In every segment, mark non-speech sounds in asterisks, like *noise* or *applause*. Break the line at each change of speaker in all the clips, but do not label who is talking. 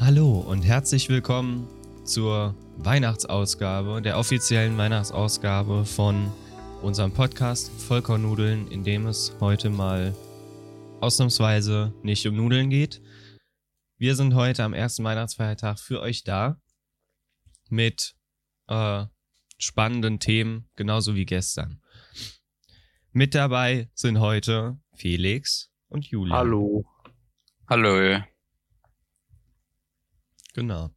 Hallo und herzlich willkommen zur Weihnachtsausgabe, der offiziellen Weihnachtsausgabe von unserem Podcast Vollkornnudeln, in dem es heute mal ausnahmsweise nicht um Nudeln geht. Wir sind heute am ersten Weihnachtsfeiertag für euch da mit äh, spannenden Themen, genauso wie gestern. Mit dabei sind heute Felix und Julia.
Hallo.
Hallo.
Genau.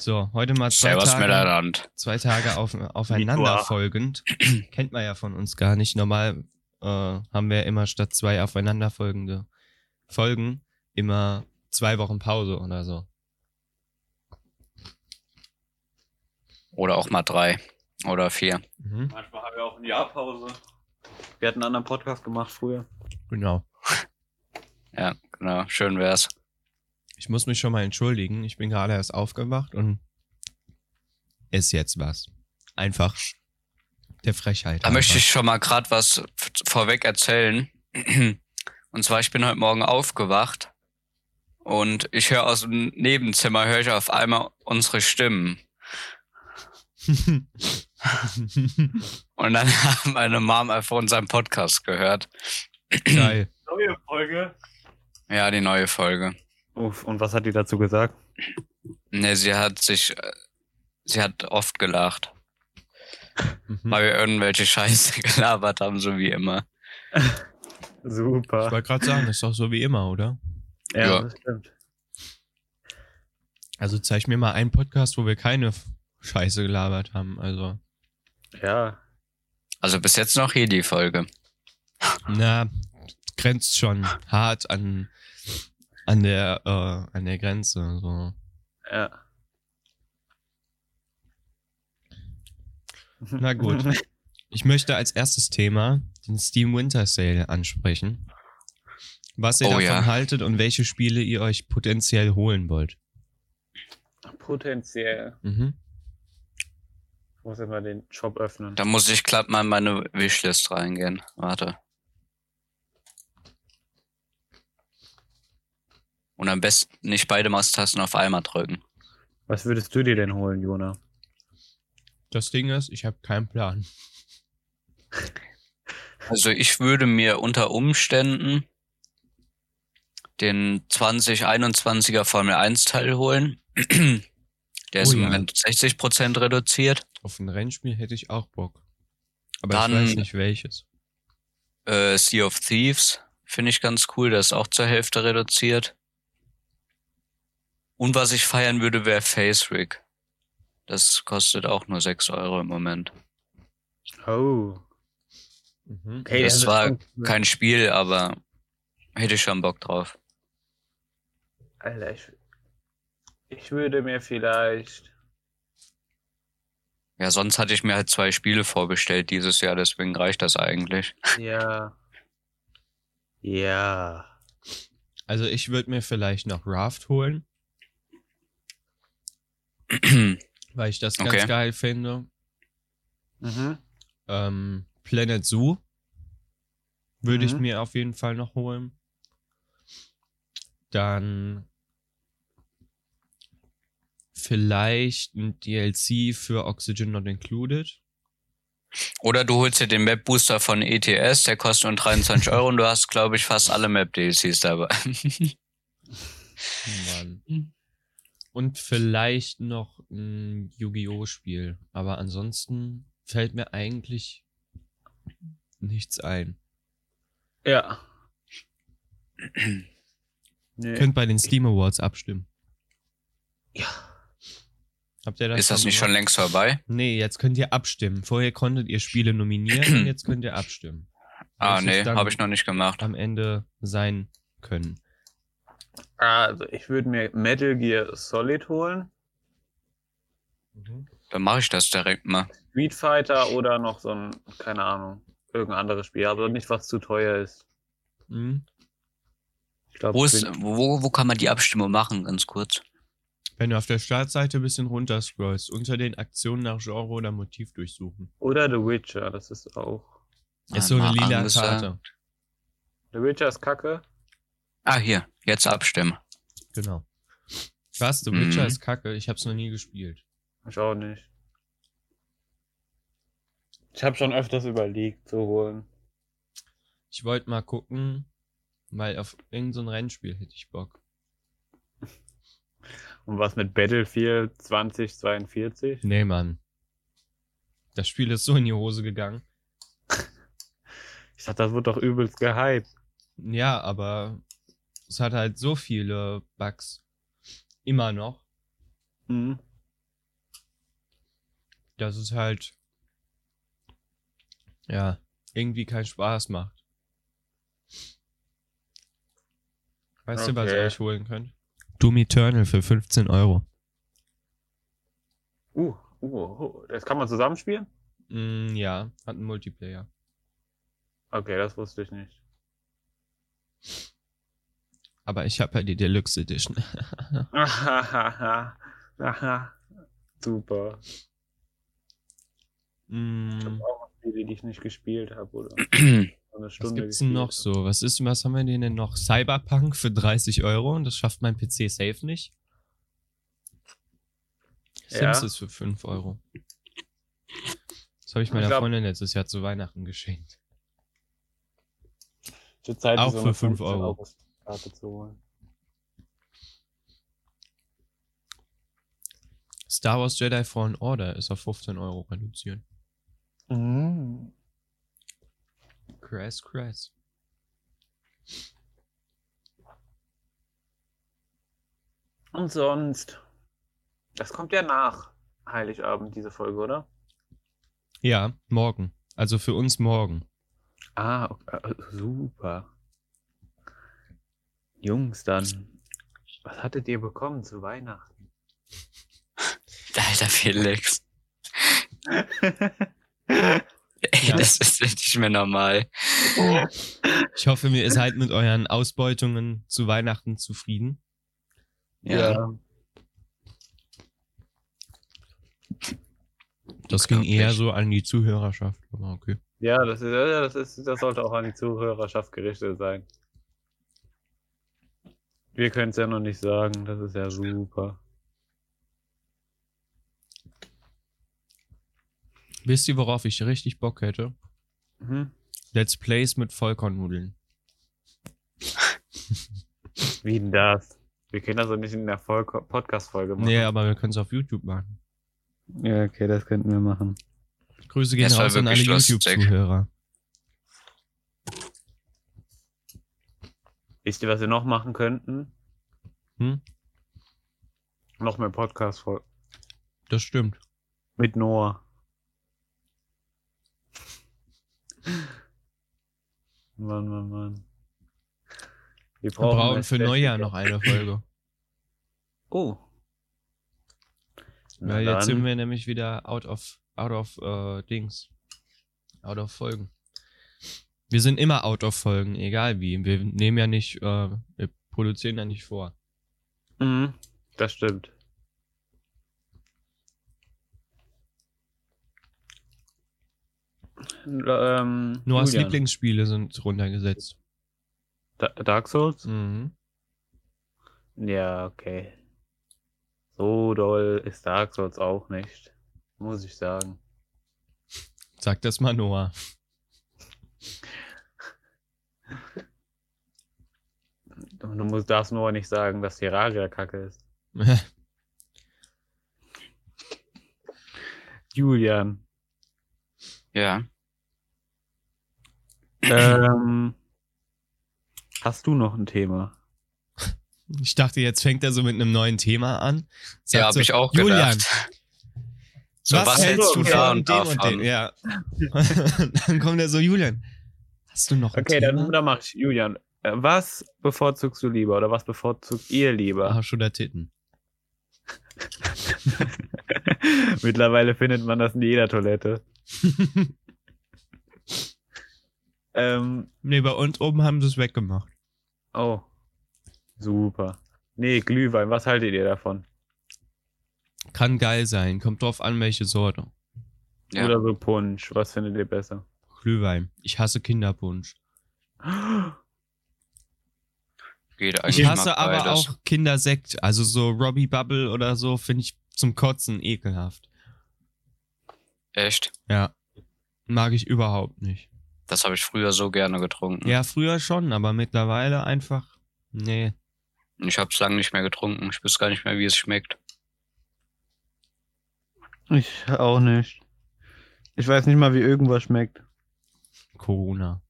So, heute mal zwei
Servus
Tage,
miteinander.
zwei Tage auf, aufeinander
Joa.
folgend. *clears throat* Kennt man ja von uns gar nicht. Normal äh, haben wir immer statt zwei aufeinanderfolgende Folgen immer zwei Wochen Pause oder so.
Oder auch mal drei oder vier.
Mhm.
Manchmal haben wir auch eine Jahrpause. Wir hatten einen anderen Podcast gemacht früher.
Genau.
Ja, genau. Schön wär's.
Ich muss mich schon mal entschuldigen. Ich bin gerade erst aufgewacht und ist jetzt was. Einfach der Frechheit.
Da
halber.
möchte ich schon mal gerade was f- vorweg erzählen. *clears throat* Und zwar, ich bin heute Morgen aufgewacht und ich höre aus dem Nebenzimmer, höre ich auf einmal unsere Stimmen. Und dann *laughs* haben meine Mom einfach unseren Podcast gehört.
*laughs* Geil.
Neue Folge.
Ja, die neue Folge.
Uff, und was hat die dazu gesagt?
Ne, sie hat sich, äh, sie hat oft gelacht,
Mhm.
weil wir irgendwelche *laughs* Scheiße gelabert haben, so wie immer.
Ich
Super.
wollte gerade sagen, das ist doch so wie immer, oder?
Ja,
Ja.
das stimmt.
Also zeig mir mal einen Podcast, wo wir keine F- Scheiße gelabert haben. Also,
Ja.
Also bis jetzt noch hier die Folge.
na, grenzt schon hart an, an, der, äh, an der Grenze. So.
ja.
Na
*laughs*
gut. Ich möchte als erstes Thema den Steam Winter Sale ansprechen. Was ihr
Oh
davon
ja.
haltet und welche Spiele ihr euch potenziell holen wollt.
Potenziell.
Mhm.
Ich muss immer den Shop öffnen.
Da muss ich glatt mal in meine Wishlist reingehen. Warte. Und am besten nicht beide Maustasten auf einmal drücken.
Was würdest du dir denn holen, Jona?
Das Ding ist, ich habe keinen Plan.
Also ich würde mir unter Umständen den 2021er Formel 1 Teil holen. *clears throat* Der ist
Oh
im
ja.
Moment 60% reduziert.
Auf ein Rennspiel hätte ich auch Bock. Aber
Dann-
ich weiß nicht welches.
Äh, sea of Thieves finde ich ganz cool, das ist auch zur Hälfte reduziert. Und was ich feiern würde, wäre Face Rig. Das kostet auch nur 6 Euro im Moment.
Oh.
Mhm.
Okay,
Das
ist
war
schon cool.
Kein Spiel, aber hätte ich schon Bock drauf.
Alter, ich, ich würde mir vielleicht.
Ja, sonst hatte ich mir halt zwei Spiele vorbestellt dieses Jahr, deswegen reicht das eigentlich. *clears throat*
Ja. Ja.
Also ich würde mir vielleicht noch Raft holen. weil ich das ganz
Okay.
geil finde.
Mhm.
Ähm, Planet Zoo würde ich
Mhm.
mir auf jeden Fall noch holen. Dann vielleicht ein DLC für Oxygen Not Included.
Oder du holst dir den Map Booster von ETS, der kostet nur 23 Euro und du hast, glaube ich, fast alle Map DLCs dabei.
Mann. Und vielleicht noch ein Yu-Gi-Oh! Spiel. Aber ansonsten fällt mir eigentlich nichts ein.
*clears throat*
Ja. nee.
Könnt bei den Steam Awards abstimmen.
Ja.
Habt ihr das
Ist das nicht schon
gemacht?
längst vorbei?
Nee, jetzt könnt ihr abstimmen. Vorher konntet ihr Spiele nominieren und jetzt könnt ihr abstimmen.
*clears throat* Ah,
Welches
nee,
dann
habe ich noch nicht gemacht.
am Ende sein können.
Also ich würde mir Metal Gear Solid holen,
Dann mache ich das direkt mal.
Street Fighter oder noch so ein, keine Ahnung, irgendein anderes Spiel, aber nicht was zu teuer ist.
Mhm.
Ich glaube,
Wo, ist, wo, wo kann man die Abstimmung machen, ganz kurz?
Wenn du auf der Startseite ein bisschen runterscrollst, unter den Aktionen nach Genre oder Motiv durchsuchen.
oder The Witcher, das ist auch.
Ah,
Ist so eine
Einmal
lila
angesagt.
Karte.
The Witcher ist kacke.
*clears throat* Ah, hier, jetzt abstimmen.
Genau. Was? The Witcher
Mhm.
ist kacke. Ich hab's noch nie gespielt.
Ich auch nicht. Ich habe schon öfters überlegt zu holen.
Ich wollte mal gucken, weil auf irgendein so ein Rennspiel hätte ich Bock.
Und was mit Battlefield 2042?
Nee, Mann. Das Spiel ist so in die Hose gegangen.
Ich dachte, das wird doch übelst gehypt.
Ja, aber es hat halt so viele Bugs. Immer noch.
Mhm.
dass es halt ja irgendwie keinen Spaß macht. Weißt du, was ihr
Okay.
euch holen könnt? Doom Eternal für 15 Euro.
Uh, uh, uh, das kann man zusammenspielen?
Mm, ja, hat einen Multiplayer.
Okay, das wusste ich nicht.
Aber ich habe ja die Deluxe Edition.
*laughs* Ahahaha. Super.
mm,
Spiele, die ich nicht gespielt habe, oder? Eine
was
Stunde
gibt's denn noch
gespielt
so? Was ist, was haben wir denn, denn noch? Cyberpunk für 30 Euro und das schafft mein PC safe nicht.
Ja.
Sims ist für 5 Euro. Das habe ich
Ich
meiner
glaub-
Freundin letztes Jahr zu Weihnachten geschenkt.
habe. Zurzeit
Auch
ist es
für
noch
5
15
Euro.
Karte zu holen.
Star Wars Jedi Fallen Order ist auf 15 Euro reduziert.
Mhm.
Crass, crass.
Und sonst. Das kommt ja nach Heiligabend, diese Folge, oder?
Ja, morgen. Also für uns morgen.
Ah, okay. äh, super. Jungs, dann. Was hattet ihr bekommen zu Weihnachten?
Alter Felix. Ey,
Ja.
das ist nicht mehr normal.
Ich hoffe, ihr seid mit euren Ausbeutungen zu Weihnachten zufrieden.
Ja.
Das ging
Unglaublich.
eher so an die Zuhörerschaft. Aber okay.
Ja, das, ist, ja, das, ist, das sollte auch an die Zuhörerschaft gerichtet sein. Wir können es ja noch nicht sagen, das ist ja super.
Wisst ihr, worauf ich richtig Bock hätte?
Mhm.
Let's Plays mit Vollkornnudeln.
Wie denn das? Wir können das doch nicht in der Voll- Podcast-Folge machen.
Nee, aber wir können es auf YouTube machen.
Ja, okay, das könnten wir machen.
Grüße gehen
Das war
raus an alle
wirklich lustig.
YouTube-Zuhörer.
Wisst ihr, was wir noch machen könnten?
Hm?
Noch mehr Podcast-Folgen.
Das stimmt.
Mit
*laughs*
Noah. Mann, Mann, Mann.
Wir
Wir
brauchen
mehr
für
Technik.
Neujahr noch eine
*laughs*
Folge.
Oh. Na
Weil jetzt
dann.
sind wir nämlich wieder out of, out of äh, Dings. Out of Folgen. Wir sind immer out of Folgen, egal wie. Wir nehmen ja nicht, äh, wir produzieren ja nicht vor.
Mhm, das stimmt. N- Ähm,
Noahs
Julian,
Lieblingsspiele sind runtergesetzt.
Da Dark Souls?
Mhm. Hm.
Ja, okay. So doll ist Dark Souls auch nicht. Muss ich sagen.
Sag das mal Noah. *laughs*
Du du musst, darfst nur nicht sagen, dass Terraria kacke ist.
*clears throat*
Julian.
Ja.
ähm, hast du noch ein Thema?
ich dachte, jetzt fängt er so mit einem neuen Thema an. Sagt
ja, habe
so,
ich auch gedacht.
Julian,
So, was, hältst du
von
da
dem
und davon?
dem? Ja. *laughs* dann kommt er so, Julian, hast du noch ein
Okay,
Thema?
dann, dann mach ich Julian. Äh, Was bevorzugst du lieber oder was bevorzugt ihr lieber?
Ach, schon da Titten.
*laughs* Mittlerweile findet man das in jeder *laughs* Toilette. Ähm,
Nee, bei uns oben haben sie es weggemacht.
oh. Super. Nee, Glühwein, was haltet ihr davon?
Kann geil sein. Kommt drauf an, welche Sorte.
Ja.
Oder so Punsch, was findet ihr besser?
Glühwein. Ich hasse Kinderpunsch.
Geht eigentlich
Ich hasse
mal
aber
beides.
auch Kindersekt. Also so Robbie Bubble oder so finde ich zum Kotzen ekelhaft.
Echt?
Ja. Mag ich überhaupt nicht.
Das habe ich früher so gerne getrunken.
Ja, früher schon, aber mittlerweile einfach. Nee.
Und Ich habe es lange nicht mehr getrunken. Ich weiß gar nicht mehr, wie es schmeckt.
Ich auch nicht. Ich weiß nicht mal, wie irgendwas schmeckt.
*laughs*
Corona.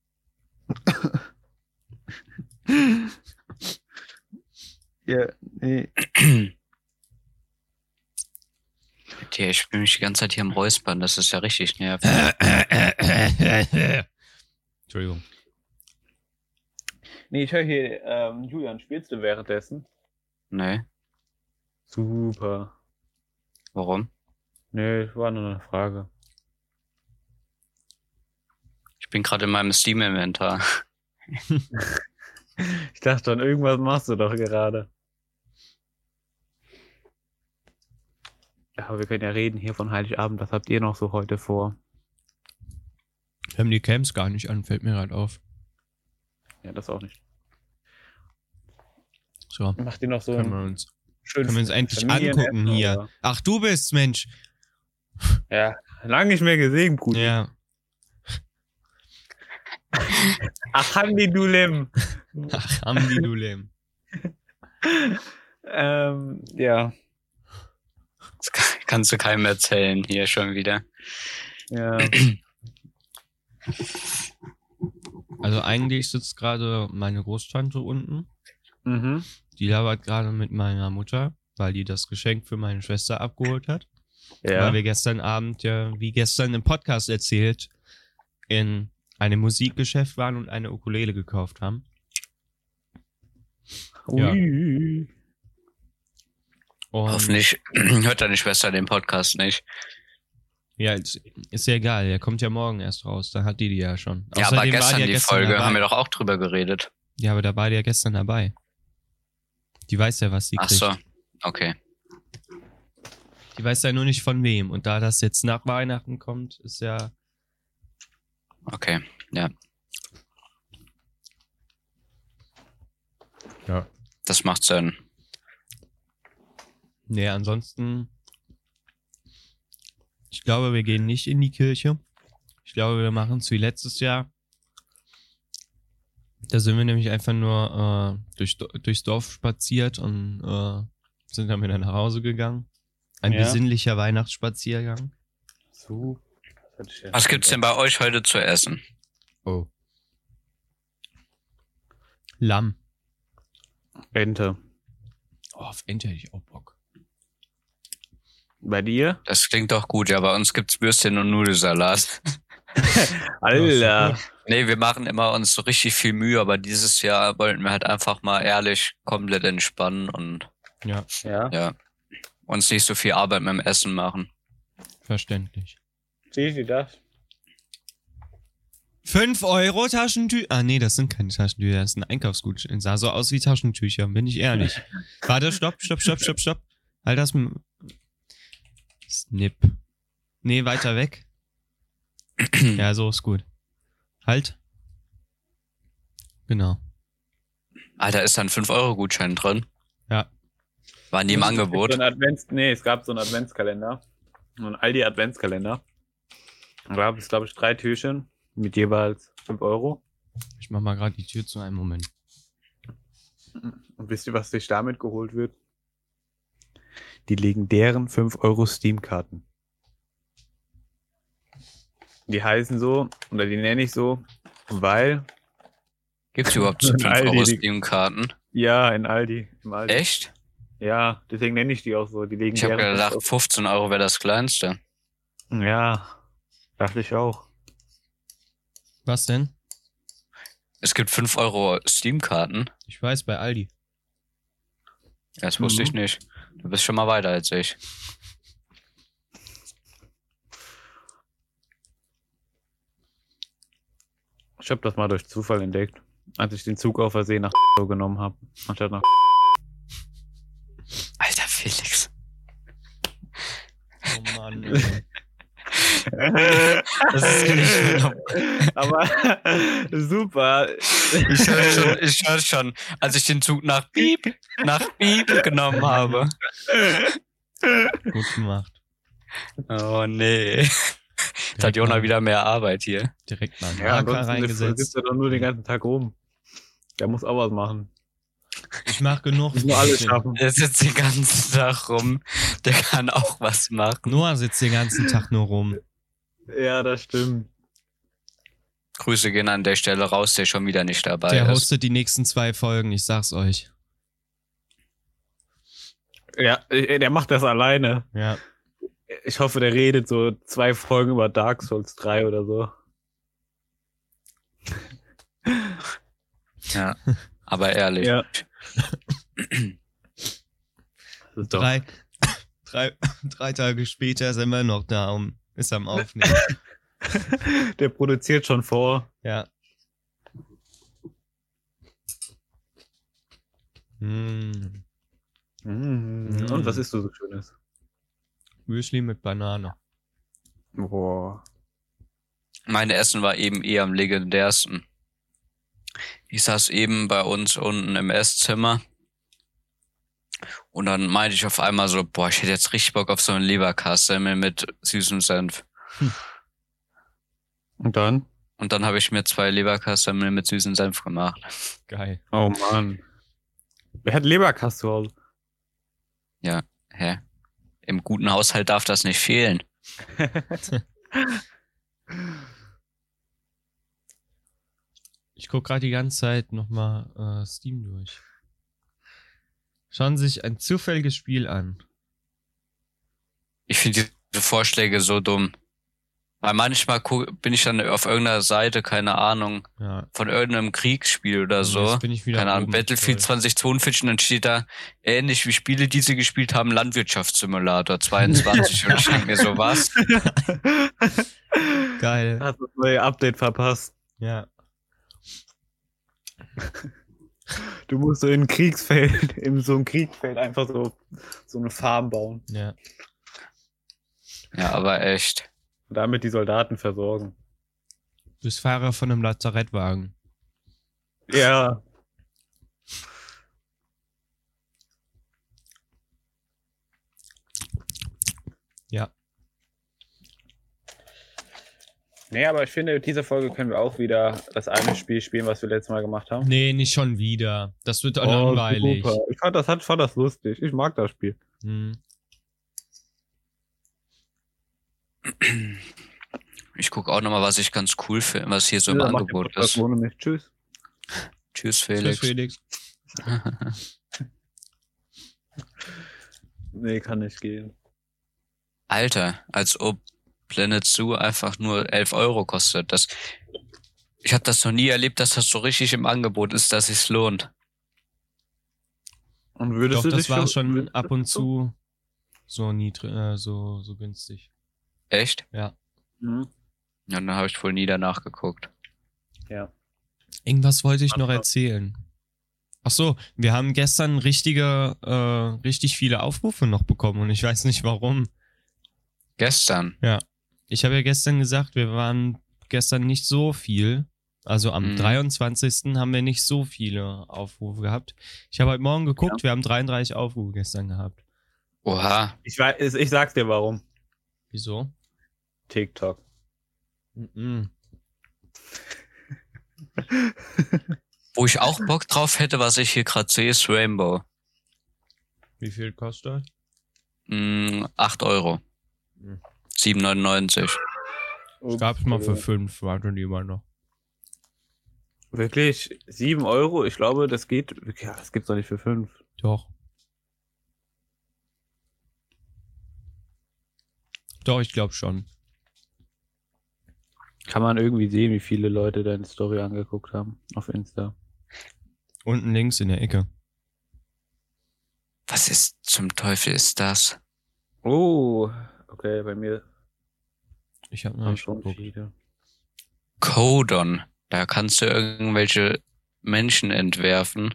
Ja, nee.
Tja, ich bin mich die ganze Zeit hier am Räuspern. Das ist ja richtig nervig.
Entschuldigung.
Nee, ich höre hier, ähm, Julian, spielst du währenddessen?
nee,
Super.
warum?
Nee, das war nur eine Frage.
Ich bin gerade in meinem Steam-Inventar. *laughs*
Ich dachte schon, irgendwas machst du doch gerade. Ja, Aber wir können ja reden hier von Heiligabend. Was habt ihr noch so heute vor?
Wir haben die Camps gar nicht an, fällt mir gerade auf.
Ja, das auch nicht.
So,
Macht ihr noch so
können wir uns, können wir uns endlich angucken hier. Ach, du bist, Mensch.
Ja, lange nicht mehr gesehen, Bruder.
Ja.
Ach, Hamdi Dulem.
Ach, haben die Lulem.
ähm, ja,
Das kann- kannst du keinem erzählen hier schon wieder.
ja.
Also eigentlich sitzt gerade meine Großtante unten.
mhm.
Die labert gerade mit meiner Mutter, weil die das Geschenk für meine Schwester abgeholt hat. Weil
Ja.
wir gestern Abend ja, wie gestern im Podcast erzählt, in einem Musikgeschäft waren und eine Ukulele gekauft haben. ja.
Ui.
Und
Hoffentlich *clears throat* hört deine Schwester den Podcast nicht.
Ja, ist, ist ja egal. Der kommt ja morgen erst raus. Dann hat die die ja schon.
ja,
Außerdem
aber
war
gestern
ja
die
gestern
Folge
dabei.
haben wir doch auch drüber geredet.
Ja, aber da war die ja gestern dabei. Die weiß ja, was sie
Ach
kriegt.
so, okay.
Die weiß ja nur nicht von wem. Und da das jetzt nach Weihnachten kommt, ist ja.
Okay, ja.
Ja.
Das macht Sinn.
Nee, ansonsten. Ich glaube, wir gehen nicht in die Kirche. Ich glaube, wir machen es wie letztes Jahr. Da sind wir nämlich einfach nur äh, durch, Do- durchs Dorf spaziert und äh, sind dann wieder nach Hause gegangen. Ein
Ja.
besinnlicher Weihnachtsspaziergang.
So. Was hatte ich denn?
Was gibt's denn bei euch heute zu essen?
Oh. Lamm.
Ente.
Oh, auf Ente hätte ich auch Bock.
Bei dir?
Das klingt doch gut, ja. Bei uns gibt's Würstchen und Nudelsalat. *laughs*
Ja,
Alter.
ist
Nee, wir machen immer uns so richtig viel Mühe, aber dieses Jahr wollten wir halt einfach mal ehrlich komplett entspannen und
Ja,
Ja,
ja, uns nicht so viel Arbeit mit dem Essen machen.
verständlich.
sehe ich das?
5 Euro Taschentücher. Ah, nee, das sind keine Taschentücher, das sind Einkaufsgutscheine. Sah so aus wie Taschentücher, bin ich ehrlich. Warte, stopp, stopp, stopp, stopp, stopp. All das. m- Snip. Nee, weiter weg. Ja, so ist gut. Halt. Genau.
Ah, da ist dann 5-Euro-Gutschein drin.
Ja.
Waren die im
So
Angebot?
ein Advents nee, es gab so einen Adventskalender. So einen Aldi-Adventskalender. Da gab es, glaube ich, drei Türchen mit jeweils 5 Euro.
Ich mach mal gerade die Tür zu einem Moment.
Und wisst ihr, was sich damit geholt wird? Die legendären 5 Euro Steam-Karten. Die heißen so, oder die nenne ich so, weil,
Gibt's
*laughs*
überhaupt so
Aldi, die-
5-Euro-Steam-Karten?
ja, in Aldi. Im Aldi.
Echt?
Ja, deswegen nenne ich die auch so, die
Ich habe
legendären.
gedacht,
5
15 Euro wäre das kleinste.
Euro. Ja, dachte ich auch.
Was denn?
Es gibt 5 Euro Steam-Karten.
Ich weiß, bei Aldi.
Das wusste ich
Mhm.
nicht. Du bist schon mal weiter als ich.
Ich habe das mal durch Zufall entdeckt, als ich den Zug auf Versehen nach *laughs* genommen habe. Anstatt *laughs* nach
Alter
*laughs*
Felix.
Oh Mann. ey.
Das ist nicht schlimm.
Aber *laughs* super.
Ich höre schon, ich hör schon, als ich den Zug nach Bieb, nach Bieb genommen habe.
Gut gemacht.
Oh nee. Jetzt hat
Direkt
Jona
mal-
wieder mehr Arbeit hier.
Direkt mal einen
Ja,
Marker
ansonsten sitzt
reingesetzt.
er doch nur den ganzen Tag rum. Der muss auch was machen.
Ich mach genug.
Muss nur alles
Blödsinn.
schaffen.
Der sitzt den ganzen Tag rum. Der kann auch was machen.
Noah sitzt den ganzen Tag nur rum.
Ja, das stimmt.
Grüße gehen an der Stelle raus, der schon wieder nicht dabei
Der
ist.
hostet die nächsten zwei Folgen, ich sag's euch.
Ja, äh, der macht das alleine.
Ja.
Ich hoffe, der redet so zwei Folgen über Dark Souls 3 oder so.
Ja. Aber ehrlich.
Ja. Das ist doch.
Drei, *laughs* drei, drei Tage später sind wir noch da, um, ist am Aufnehmen.
Der produziert schon vor.
Ja. Mmh,
Mm. Und was isst du so Schönes?
Müsli mit Banane.
Boah.
Mein Essen war eben eh am legendärsten. Ich saß eben bei uns unten im Esszimmer. Und dann meinte ich auf einmal so, boah, ich hätte jetzt richtig Bock auf so einen Leberkassemmel mit süßem Senf.
Und dann?
Und dann habe ich mir zwei Leberkassemmeln mit süßem Senf gemacht.
Geil.
Oh Mann. Wer hat Leberkass zu Hause?
Hä? Im guten Haushalt darf das nicht fehlen.
Ich guck gerade die ganze Zeit nochmal äh, Steam durch. Schauen Sie sich ein zufälliges Spiel an.
Ich finde diese Vorschläge so dumm. Weil manchmal gu- bin ich dann auf irgendeiner Seite, keine Ahnung,
Ja.
von irgendeinem Kriegsspiel oder so.
Jetzt bin ich wieder
Also, Keine Ahnung,
oben.
Battlefield
Toll.
2042 und dann steht da, ähnlich wie Spiele, die sie gespielt haben, Landwirtschaftssimulator 22 und ich denke mir
*laughs*
so, was?
Geil.
Hat das neue Update verpasst.
Ja.
Du musst so in ein Kriegsfeld, *laughs* in so einem Kriegsfeld einfach so, so eine Farm bauen.
Ja.
Ja, aber echt.
Und damit die Soldaten versorgen.
Du bist Fahrer von einem Lazarettwagen.
Ja.
Ja.
Nee, aber ich finde, mit dieser Folge können wir auch wieder das eine Spiel spielen, was wir letztes Mal gemacht haben.
Nee, nicht schon wieder. Das wird doch
Mhm. Oh,
langweilig.
super. Ich fand das, hat- fand das lustig. Ich mag das Spiel.
Hm.
Ich gucke auch nochmal, was ich ganz cool finde, was hier so im
Ja, mach den
Angebot
Podcast
ist.
Ohne mich. Tschüss.
Tschüss,
Tschüss,
Felix.
Felix.
Nee, kann nicht gehen.
Alter, als ob Planet Zoo einfach nur 11 Euro kostet. Das, ich habe das noch nie erlebt, dass das so richtig im Angebot ist, dass es lohnt.
Und würdest
Doch,
du
das
dich Hm?
war schon
würdest
ab und
du-
zu so niedrig, äh, so, so günstig.
Echt?
Mhm.
Ja, dann habe ich wohl nie danach geguckt.
Ja.
Irgendwas wollte ich noch
Ach so.
erzählen. Ach so, wir haben gestern richtige, äh, richtig viele Aufrufe noch bekommen und ich weiß nicht warum.
Gestern.
Ich habe ja gestern gesagt, wir waren gestern nicht so viel. Also am
Mhm.
23. haben wir nicht so viele Aufrufe gehabt. Ich habe heute Morgen geguckt, wir haben 33 Aufrufe gestern gehabt.
Oha.
Ich, weiß, ich sag's dir warum.
Wieso?
TikTok.
Mhm.
Wo ich auch Bock drauf hätte, was ich hier gerade sehe, ist Rainbow.
Wie viel kostet das?
Mm, 8 Euro.
Mhm.
7,99.
Ups, äh,
Gab's mal für
Entschuldigung.
5, warte lieber noch.
Wirklich? 7 Euro? Ich glaube, das geht. Ja, das gibt's doch nicht für 5.
Doch. Doch, ich glaube schon.
Kann man irgendwie sehen, wie viele Leute deine Story angeguckt haben auf Insta.
Unten links in der Ecke.
Was ist zum Teufel ist das?
Oh, okay, bei mir
Ich habe noch
haben
nicht
schon
geguckt.
viele.
Codon. Da kannst du irgendwelche Menschen entwerfen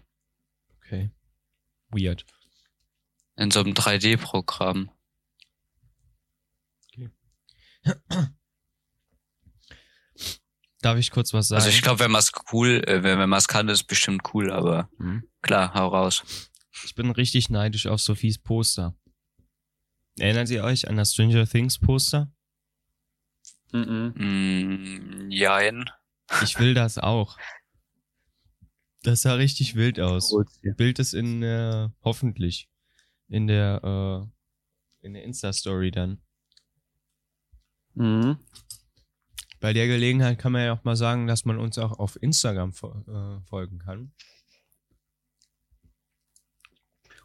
Okay. Weird.
in so einem 3D-Programm.
Darf ich kurz was sagen?
Also ich glaube, wenn man es cool, äh, wenn, wenn man es kann, ist bestimmt cool, aber
Mhm.
klar, hau raus.
Ich bin richtig neidisch auf Sophies Poster. Erinnert ihr euch an das Stranger Things Poster?
Mhm.
Mm, jein.
Ich will das auch. Das sah richtig wild aus.
Hol's dir.
Bild ist in der, hoffentlich, in der, äh, in der Insta-Story dann.
Mhm.
Bei der Gelegenheit kann man ja auch mal sagen, dass man uns auch auf Instagram fol äh, folgen kann.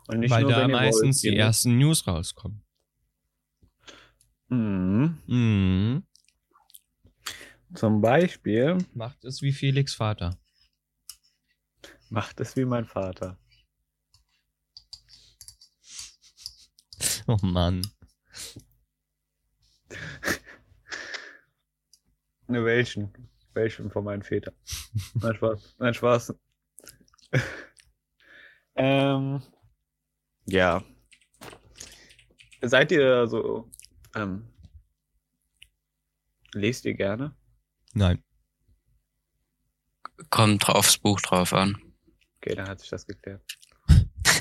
Und nicht
weil
nur,
da
wenn ihr
meistens
wollt, genau. ihr
die ersten News rauskommen.
müsst- Mhm.
Mhm.
Zum Beispiel
Macht es wie Felix Vater.
macht es wie mein Vater.
Oh Mann.
Ne, welchen? Welchen von
*laughs*
meinen Vätern? Nein, Spaß. Nein, Spaß. *laughs* ähm, ja. Seid ihr so. Ähm, lest ihr gerne?
Nein.
Kommt drauf- aufs Buch drauf an.
Okay, dann hat sich das geklärt.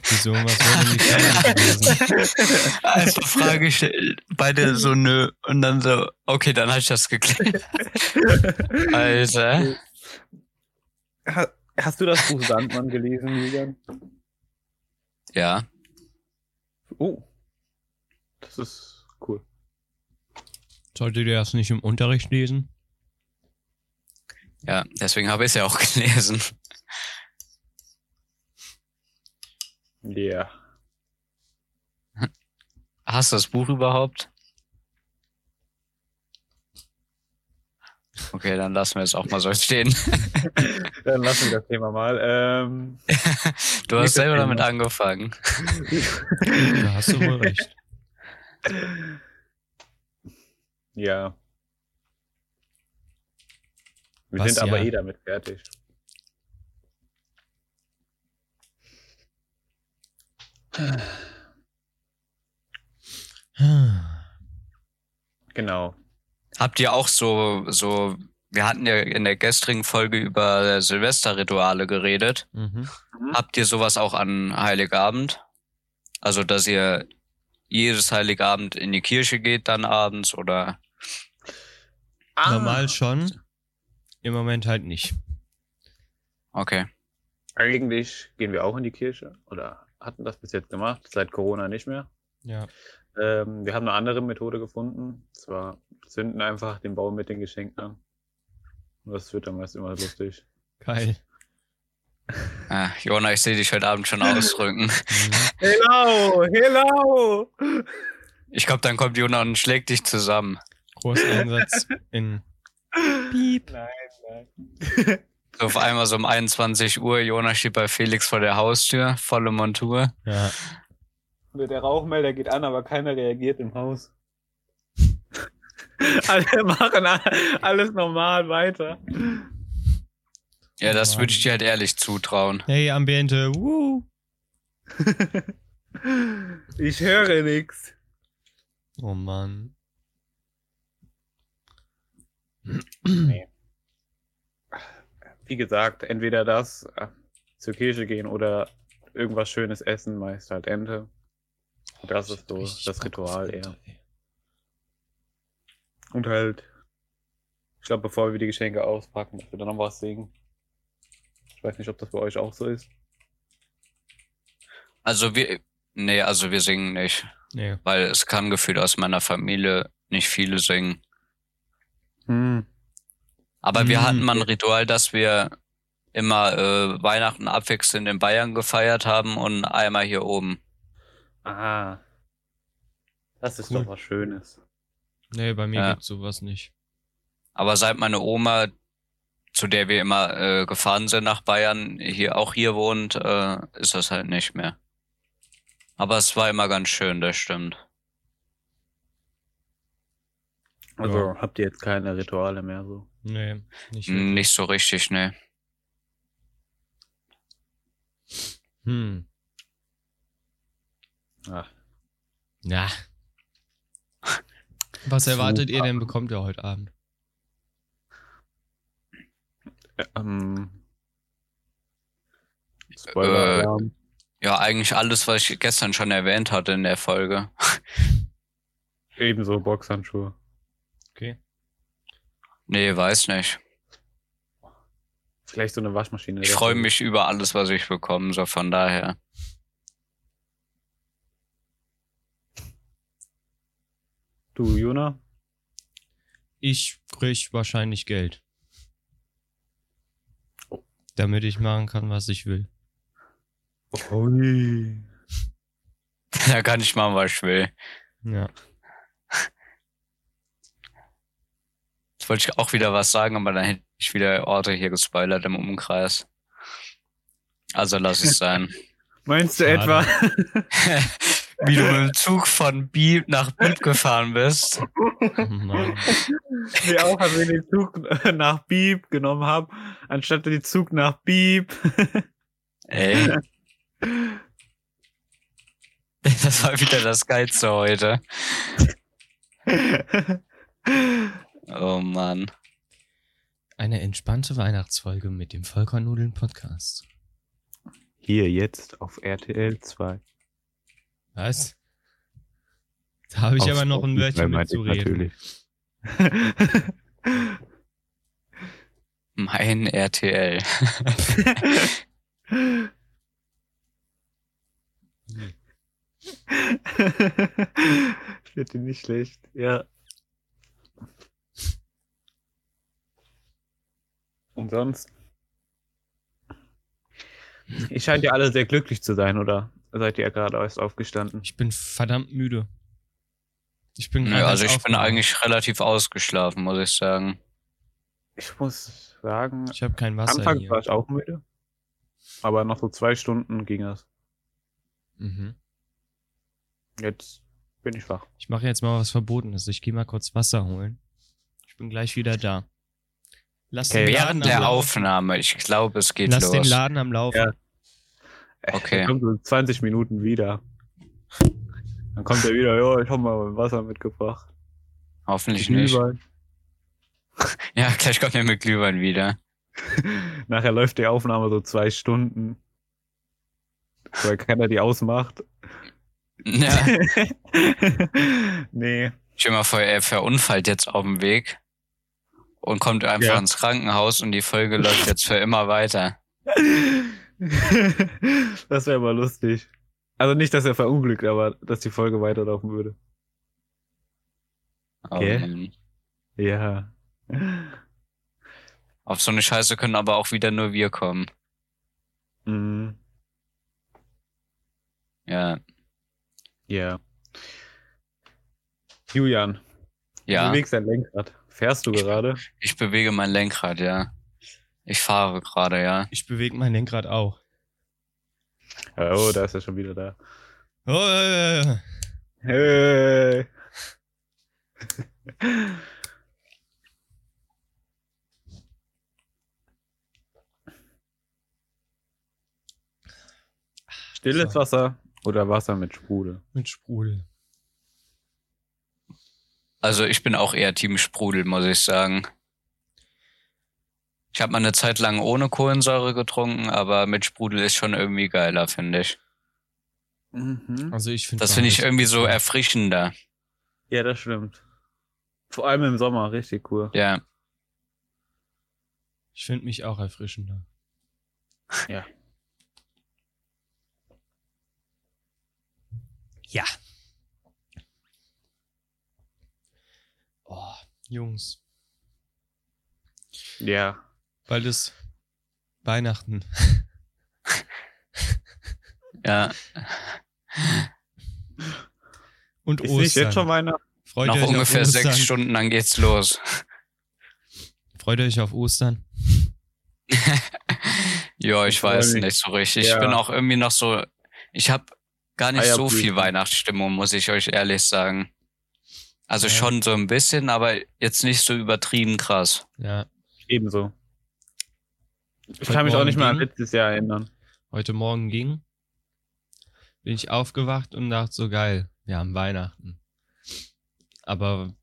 Wieso? Was wäre denn die
*laughs*
Frage gewesen?
Erste Frage gestellt, beide so nö und dann so, okay, dann hat ich das geklärt. Alter.
Ha- Hast du das Buch Sandmann gelesen, Julian?
Ja,
Oh. Das ist cool.
Solltet ihr das nicht im Unterricht lesen?
ja, deswegen habe ich es ja auch gelesen.
Ja.
Hast du das Buch überhaupt? Okay, dann lassen wir es auch mal so stehen.
Dann lassen wir das Thema mal. Ähm,
Du hast
Nächstes
selber
Thema.
damit angefangen.
Da hast du wohl recht.
Ja. Wir
Was
sind aber
ja?
eh damit fertig. Genau.
Habt ihr auch so, so, wir hatten ja in der gestrigen Folge über Silvesterrituale geredet.
*laughs* Mhm.
Habt ihr sowas auch an Heiligabend? Also, dass ihr jedes Heiligabend in die Kirche geht dann abends oder?
Ah.
Ah,
Normal schon. Im Moment halt nicht.
Okay.
Eigentlich gehen wir auch in die Kirche oder hatten das bis jetzt gemacht, seit Corona nicht mehr.
Ja.
Ähm, wir haben eine andere Methode gefunden. Zwar zünden einfach den Baum mit den Geschenken an. Und das wird dann meist immer lustig.
Geil.
Ah, Jona, ich sehe dich heute Abend schon ausrücken.
Mhm.
Hello! Hello!
Ich glaube, dann kommt Jona und schlägt dich zusammen.
Großeinsatz in.
Piep. Nein, nein.
So auf einmal so um 21 Uhr, Jona steht bei Felix vor der Haustür, volle Montur.
Ja.
Der Rauchmelder geht an, aber keiner reagiert im Haus. Alle machen a- alles normal weiter.
Ja, das
Mann.
würde ich dir halt ehrlich zutrauen.
Hey, Ambiente. Woo.
Ich höre nichts.
Oh Mann.
Wie gesagt, entweder das äh, zur Kirche gehen oder irgendwas Schönes essen, meist halt Ente. Das ist so
Richtig
das
Bock auf
Ritual
Ente,
eher.
ey.
Und halt, ich glaube, bevor wir die Geschenke auspacken, dass wir dann noch was singen. Ich weiß nicht, ob das bei euch auch so ist.
Also wir, nee, also wir singen nicht,
Nee.
weil es kann gefühlt aus meiner Familie nicht viele singen.
Hm.
Aber wir
Mhm.
hatten mal ein Ritual, dass wir immer äh, Weihnachten abwechselnd in Bayern gefeiert haben und einmal hier oben.
Ah. Das ist
Cool.
doch was Schönes.
Nee, bei mir
Ja.
gibt's sowas nicht.
Aber seit meine Oma, zu der wir immer äh, gefahren sind nach Bayern, hier auch hier wohnt, äh, ist das halt nicht mehr. Aber es war immer ganz schön, das stimmt.
Also
Ja.
habt ihr jetzt keine Rituale mehr so.
Nee, nicht
Hm,
wirklich.
Nicht so richtig, ne.
Hm.
Ach,
Na. Was erwartet ihr
Super.
denn, bekommt ihr heute Abend?
Ähm, Spoiler.
Ja, eigentlich alles, was ich gestern schon erwähnt hatte in der Folge.
Ebenso Boxhandschuhe.
Okay.
Nee, weiß nicht.
Vielleicht so eine Waschmaschine.
Ich freue mich über alles, was ich bekomme, so von daher. *laughs*
Du, Jona?
Ich krieg wahrscheinlich Geld.
Oh.
Damit ich machen kann, was ich will.
*laughs* Ui.
da kann ich machen, was ich will.
Ja.
Jetzt wollte ich auch wieder was sagen, aber dann hätte ich wieder Orte hier gespoilert im Umkreis. Also lass es
*laughs*
sein.
Meinst du
Schade.
etwa?
Wie du mit dem Zug von Bieb nach Bieb gefahren bist.
Oh Mann.
Wir auch, als wir den Zug *laughs* nach Bieb genommen haben, anstatt den Zug nach Bieb.
Ey. *laughs* Das war wieder das Geilste heute. Oh Mann.
Eine entspannte Weihnachtsfolge mit dem Vollkornnudeln-Podcast.
Hier jetzt auf RTL 2.
Was? Da habe ich aber noch ein Wörtchen mitzureden.
Mein RTL.
*laughs* ich finde die nicht schlecht. Ja. Und sonst? Ihr scheint ja alle sehr glücklich zu sein, oder? Seid ihr ja gerade erst aufgestanden?
Ich bin verdammt müde. Ich bin
Nö,
gerade
also
erst
ich bin
aufgewacht.
eigentlich relativ ausgeschlafen, muss ich sagen.
Ich muss sagen,
Ich habe kein Wasser
anfangs
hier.
war ich auch müde. Aber nach so zwei Stunden ging es.
Mhm.
Jetzt bin ich wach.
Ich mache jetzt mal was Verbotenes. Ich gehe mal kurz Wasser holen. Ich bin gleich wieder da. Lass
Okay.
den Laden
Während
am
der
Laufen.
Aufnahme, ich glaube, es geht
Lass den
los.
Laden am Laufen.
Ja.
Okay.
Dann kommt so in 20 Minuten wieder. Dann kommt er wieder, ja, ich hab mal Wasser mitgebracht.
Hoffentlich nicht.
Glühwein.
Ja, *laughs* gleich kommt er mit Glühwein wieder.
*laughs* Nachher läuft die Aufnahme so zwei Stunden. Weil keiner die
*laughs*
ausmacht.
Ja,
*laughs* nee.
stell dir mal vor, er verunfallt jetzt auf dem Weg und kommt einfach
Ja.
ins Krankenhaus und die Folge läuft jetzt für immer weiter.
das wäre aber lustig. Also nicht, dass er verunglückt, aber dass die Folge weiterlaufen würde.
Oh,
Okay.
Mann.
Ja.
Auf so eine Scheiße können aber auch wieder nur wir kommen.
Mhm.
Ja.
Ja. Julian, du
Ja,
bewegst dein Lenkrad. Fährst du gerade?
ich bewege mein Lenkrad, ja. Ich fahre gerade, ja.
Ich bewege mein Lenkrad auch.
Oh, da ist er schon wieder da.
Oh, äh,
Hey. Stilles
So.
Wasser oder Wasser mit Sprudel?
mit Sprudel.
Also ich bin auch eher Team Sprudel, muss ich sagen. Ich habe mal eine Zeit lang ohne Kohlensäure getrunken, aber mit Sprudel ist schon irgendwie geiler, finde ich.
Mhm.
Also ich finde
Das finde ich irgendwie so erfrischender.
Ja, das stimmt. Vor allem im Sommer, richtig cool.
Ja,
Ich finde mich auch erfrischender.
Ja.
Ja. Oh, Jungs,
Ja.
bald ist Weihnachten.
ja.
Und
Ist
Ostern.
nicht jetzt schon Weihnachten?
Freut ihr
Noch
euch
ungefähr
auf Ostern?
sechs Stunden, dann geht's los. *laughs*
Freut ihr euch auf Ostern?
Ja, ich,
Ich freu
weiß
mich.
nicht so richtig.
Ja.
Ich bin auch irgendwie noch so. Ich habe gar nicht so
Eierkuchen.
viel Weihnachtsstimmung, muss ich euch ehrlich sagen. Also
Ja.
schon so ein bisschen, aber jetzt nicht so übertrieben krass.
Ja.
Ebenso. Ich
Heute
kann mich auch
Morgen
nicht mehr an
ging-
letztes Jahr erinnern.
Heute Morgen ging, bin ich aufgewacht und dachte so geil, wir haben Weihnachten. Aber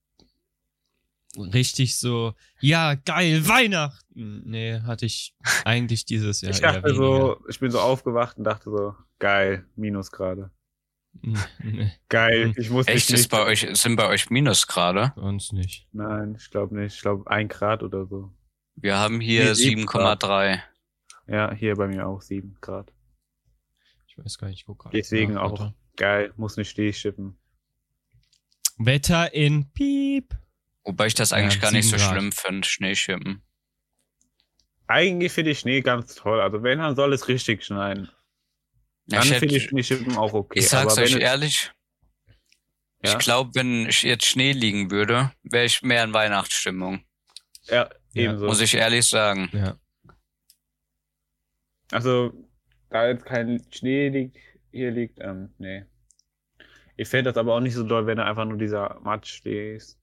richtig so, ja, geil, Weihnachten. Nee, hatte ich eigentlich dieses Jahr.
ich
eher
dachte so, ich bin so aufgewacht und dachte so, geil, Minus gerade.
weniger. Nee,
Geil,
Mhm.
ich muss
Echt, ist
nicht.
bei euch, sind bei euch Minusgrade?
bei uns nicht.
Nein, ich glaube nicht. Ich glaube ein Grad oder so.
Wir haben
Hier
hier
sieben
7,3.
Ja, hier bei mir auch sieben Grad.
Ich weiß gar nicht, ich guck gerade.
Deswegen
nach,
auch
Alter.
geil, muss nicht stehschippen.
Wetter in Piep.
Wobei ich das eigentlich
Ja,
gar nicht so
sieben Grad.
schlimm finde, Schneeschippen.
Eigentlich finde ich Schnee ganz toll. Also wenn, dann soll es richtig schneien.
Ja,
Dann
ich,
finde ich
hätte,
Schneeschippen auch okay.
ich sag's
Aber wenn
euch
es-
ehrlich,
Ja?
ich glaube, wenn ich jetzt Schnee liegen würde, wäre ich mehr in Weihnachtsstimmung.
Ja,
Ja,
ebenso.
Muss ich ehrlich sagen.
Ja.
Also, da jetzt kein Schnee liegt, hier liegt, ähm, nee. Ich fände das aber auch nicht so doll, wenn da einfach nur dieser Matschschnee ist.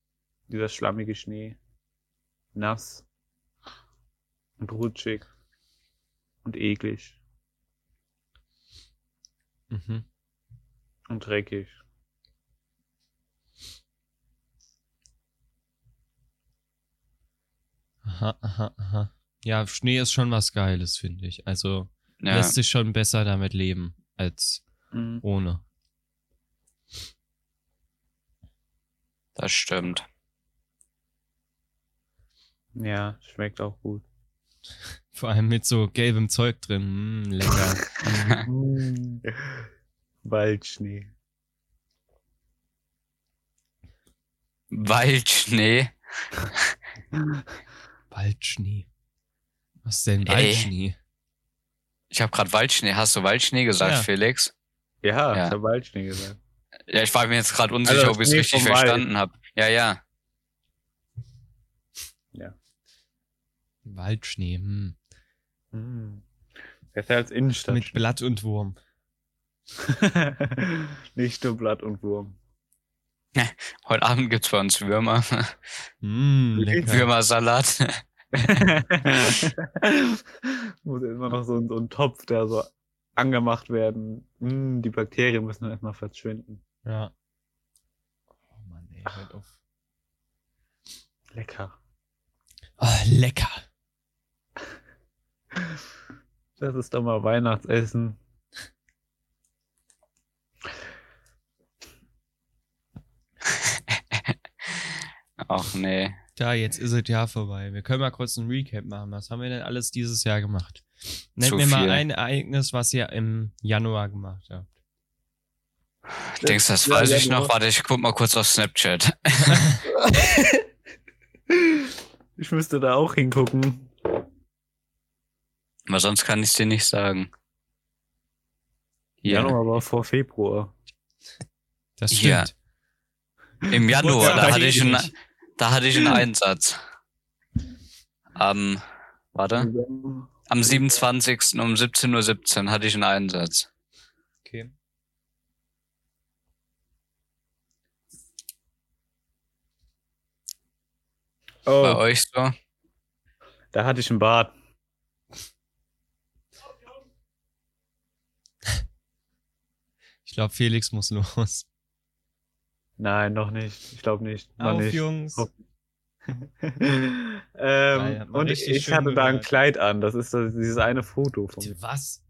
Dieser schlammige Schnee. Nass. Und rutschig. Und eklig.
Mhm.
Und dreckig.
Aha, aha, aha. Ja, Schnee ist schon was Geiles, finde ich. Also
Ja.
lässt sich schon besser damit leben als
Mhm.
ohne.
Das stimmt.
Ja, schmeckt auch gut.
Vor allem mit so gelbem Zeug drin. Mm, lecker.
Hm. Waldschnee.
Waldschnee.
Waldschnee. Was denn
Ey.
Waldschnee?
Ich habe gerade Waldschnee. Hast du Waldschnee gesagt,
Ja.
Felix?
Ja,
Ja.
ich hab Waldschnee gesagt.
Ja, ich war mir jetzt gerade unsicher,
Also,
ob ich es
Schnee
richtig
vom Wald.
verstanden habe. Ja, ja.
Waldschnee. Hm.
Mhm. Besser als Innenstadt.
Mit Blatt und Wurm.
*laughs* Nicht nur Blatt und *laughs* Wurm.
Heute Abend gibt's bei uns
*laughs*
Würmer.
Mm, lecker.
Würmersalat.
Muss immer noch so, ein- so ein Topf, der so angemacht werden. Mm, die Bakterien müssen dann erstmal verschwinden.
Ja. Oh Mann, ey, hört auf.
Lecker.
Ah, lecker.
Das ist doch mal Weihnachtsessen.
Ach nee.
Da, jetzt ist das Jahr vorbei. Wir können mal kurz einen Recap machen. Was haben wir denn alles dieses Jahr gemacht? Nennt
Zu
mir mal
viel.
ein Ereignis, was ihr im Januar gemacht habt.
Denkst du, das
Ja,
weiß
ja,
ich
genau.
noch? Warte, ich guck mal kurz auf Snapchat.
Ich müsste da auch hingucken.
Aber sonst kann ich's dir nicht sagen. Hier.
Januar war vor Februar.
Das stimmt.
Ja. Im Januar,
Geburtstag
da hatte,
weiß
ich
ich
einen,
nicht.
da hatte
*clears throat*
ich einen Einsatz. Am, warte,
Oh,
am 27. um 17.17 Uhr hatte ich einen Einsatz.
Okay.
Bei
Oh,
euch so?
da hatte ich einen Bart.
Ich glaube, Felix muss los.
Nein, noch nicht. Ich glaube nicht. Noch
auf,
nicht.
Jungs.
Auf- *laughs* ähm,
hat man
und
richtig
ich
schön
hatte da ein
gehört.
Kleid an. Das ist das, dieses eine Foto von mir.
Was?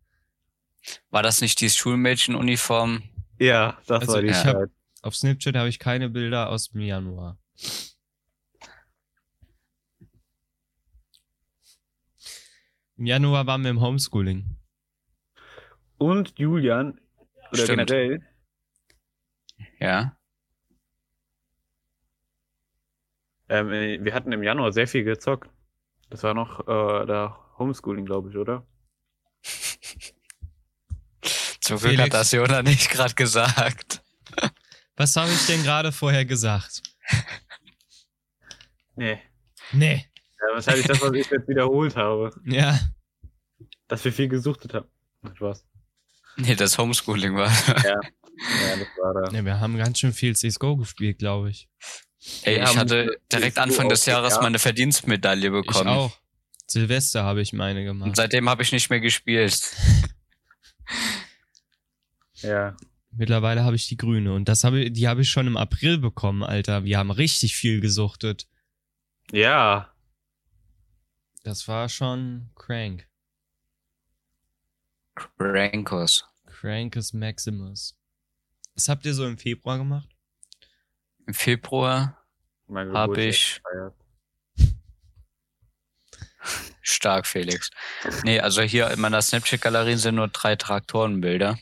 War das nicht die Schulmädchenuniform?
Ja, das
Also
war die
ich
Zeit.
hab- Auf Snapchat habe ich keine Bilder aus dem Januar. Im Januar waren wir im Homeschooling.
Und Julian, oder
Stimmt.
generell,
Ja.
ähm, äh, wir hatten im Januar sehr viel gezockt. Das war noch äh, da Homeschooling, glaube ich, oder?
Zum Glück
Felix.
hat das Jona nicht gerade gesagt.
Was habe ich denn gerade vorher gesagt?
Nee.
Nee.
Ja, wahrscheinlich das, was ich jetzt wiederholt habe.
Ja.
Dass wir viel gesuchtet haben. Ach, Was?
Nee, das Homeschooling war.
Ja, das war da.
Nee, wir haben ganz schön viel CSGO gespielt, glaube ich.
Ey,
Wir
ich
haben
hatte direkt
CSU
Anfang des Jahres
ausgegraben.
meine Verdienstmedaille bekommen.
Ich auch. Silvester habe ich meine
Und
gemacht.
seitdem habe ich nicht mehr gespielt.
Ja.
Mittlerweile habe ich die grüne. Und das habe, ich- die habe ich schon im April bekommen, Alter. Wir haben richtig viel gesuchtet.
Ja.
Das war schon Crank.
Rankos.
Crankus Maximus. Was habt ihr so im Februar gemacht?
Im Februar
Mein
habe
Geburtstag
ich
gefeiert.
stark Felix. Nee, also hier in meiner Snapchat-Galerie sind nur drei Traktorenbilder.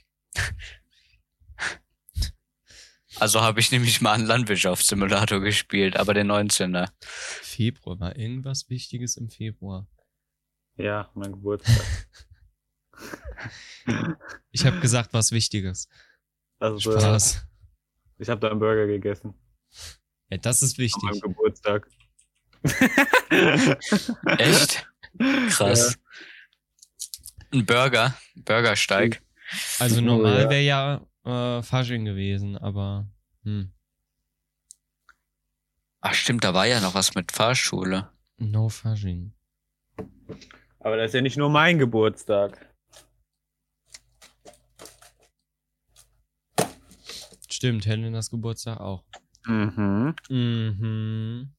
Also habe ich nämlich mal einen Landwirtschaftssimulator gespielt, aber den 19er.
Februar war irgendwas Wichtiges im Februar.
Ja, mein Geburtstag.
Ich habe gesagt, was Wichtiges.
Also,
Spaß.
ich habe da einen Burger *laughs* gegessen.
Ja, das ist
An
wichtig.
meinem Geburtstag.
Echt? Krass. Ein Burger, Burgersteig.
Also
Oh,
normal
ja.
wäre ja äh, Fasching gewesen, aber hm,
Ach stimmt, da war ja noch was mit Fahrschule.
no Fasching.
Aber das ist ja nicht nur mein Geburtstag.
Stimmt, Helenas Geburtstag auch.
Mhm.
Mhm.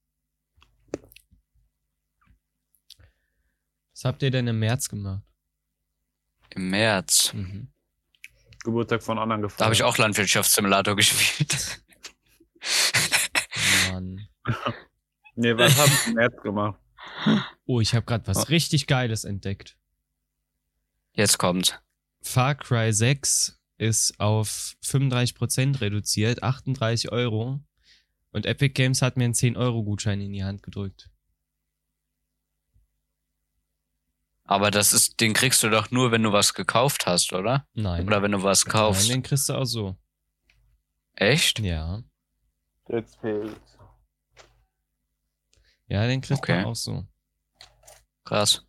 Was habt ihr denn im März gemacht?
Im März.
Mhm.
Geburtstag von anderen gefeiert.
Da habe ich auch Landwirtschaftssimulator gespielt.
Mann.
Nee, was habe ich im März gemacht?
Oh, ich habe gerade was
Ah.
Oh.
richtig Geiles entdeckt.
Jetzt kommt.
Far Cry 6 ist auf 35% reduziert, 38 Euro. Und Epic Games hat mir einen 10-Euro-Gutschein in die Hand gedrückt.
Aber das ist, den kriegst du doch nur, wenn du was gekauft hast, oder?
Nein.
Oder wenn du was
Nein,
kaufst.
den kriegst du auch so.
Echt?
Ja.
Jetzt fehlt.
Ja, den kriegst
Okay.
du auch so.
Krass.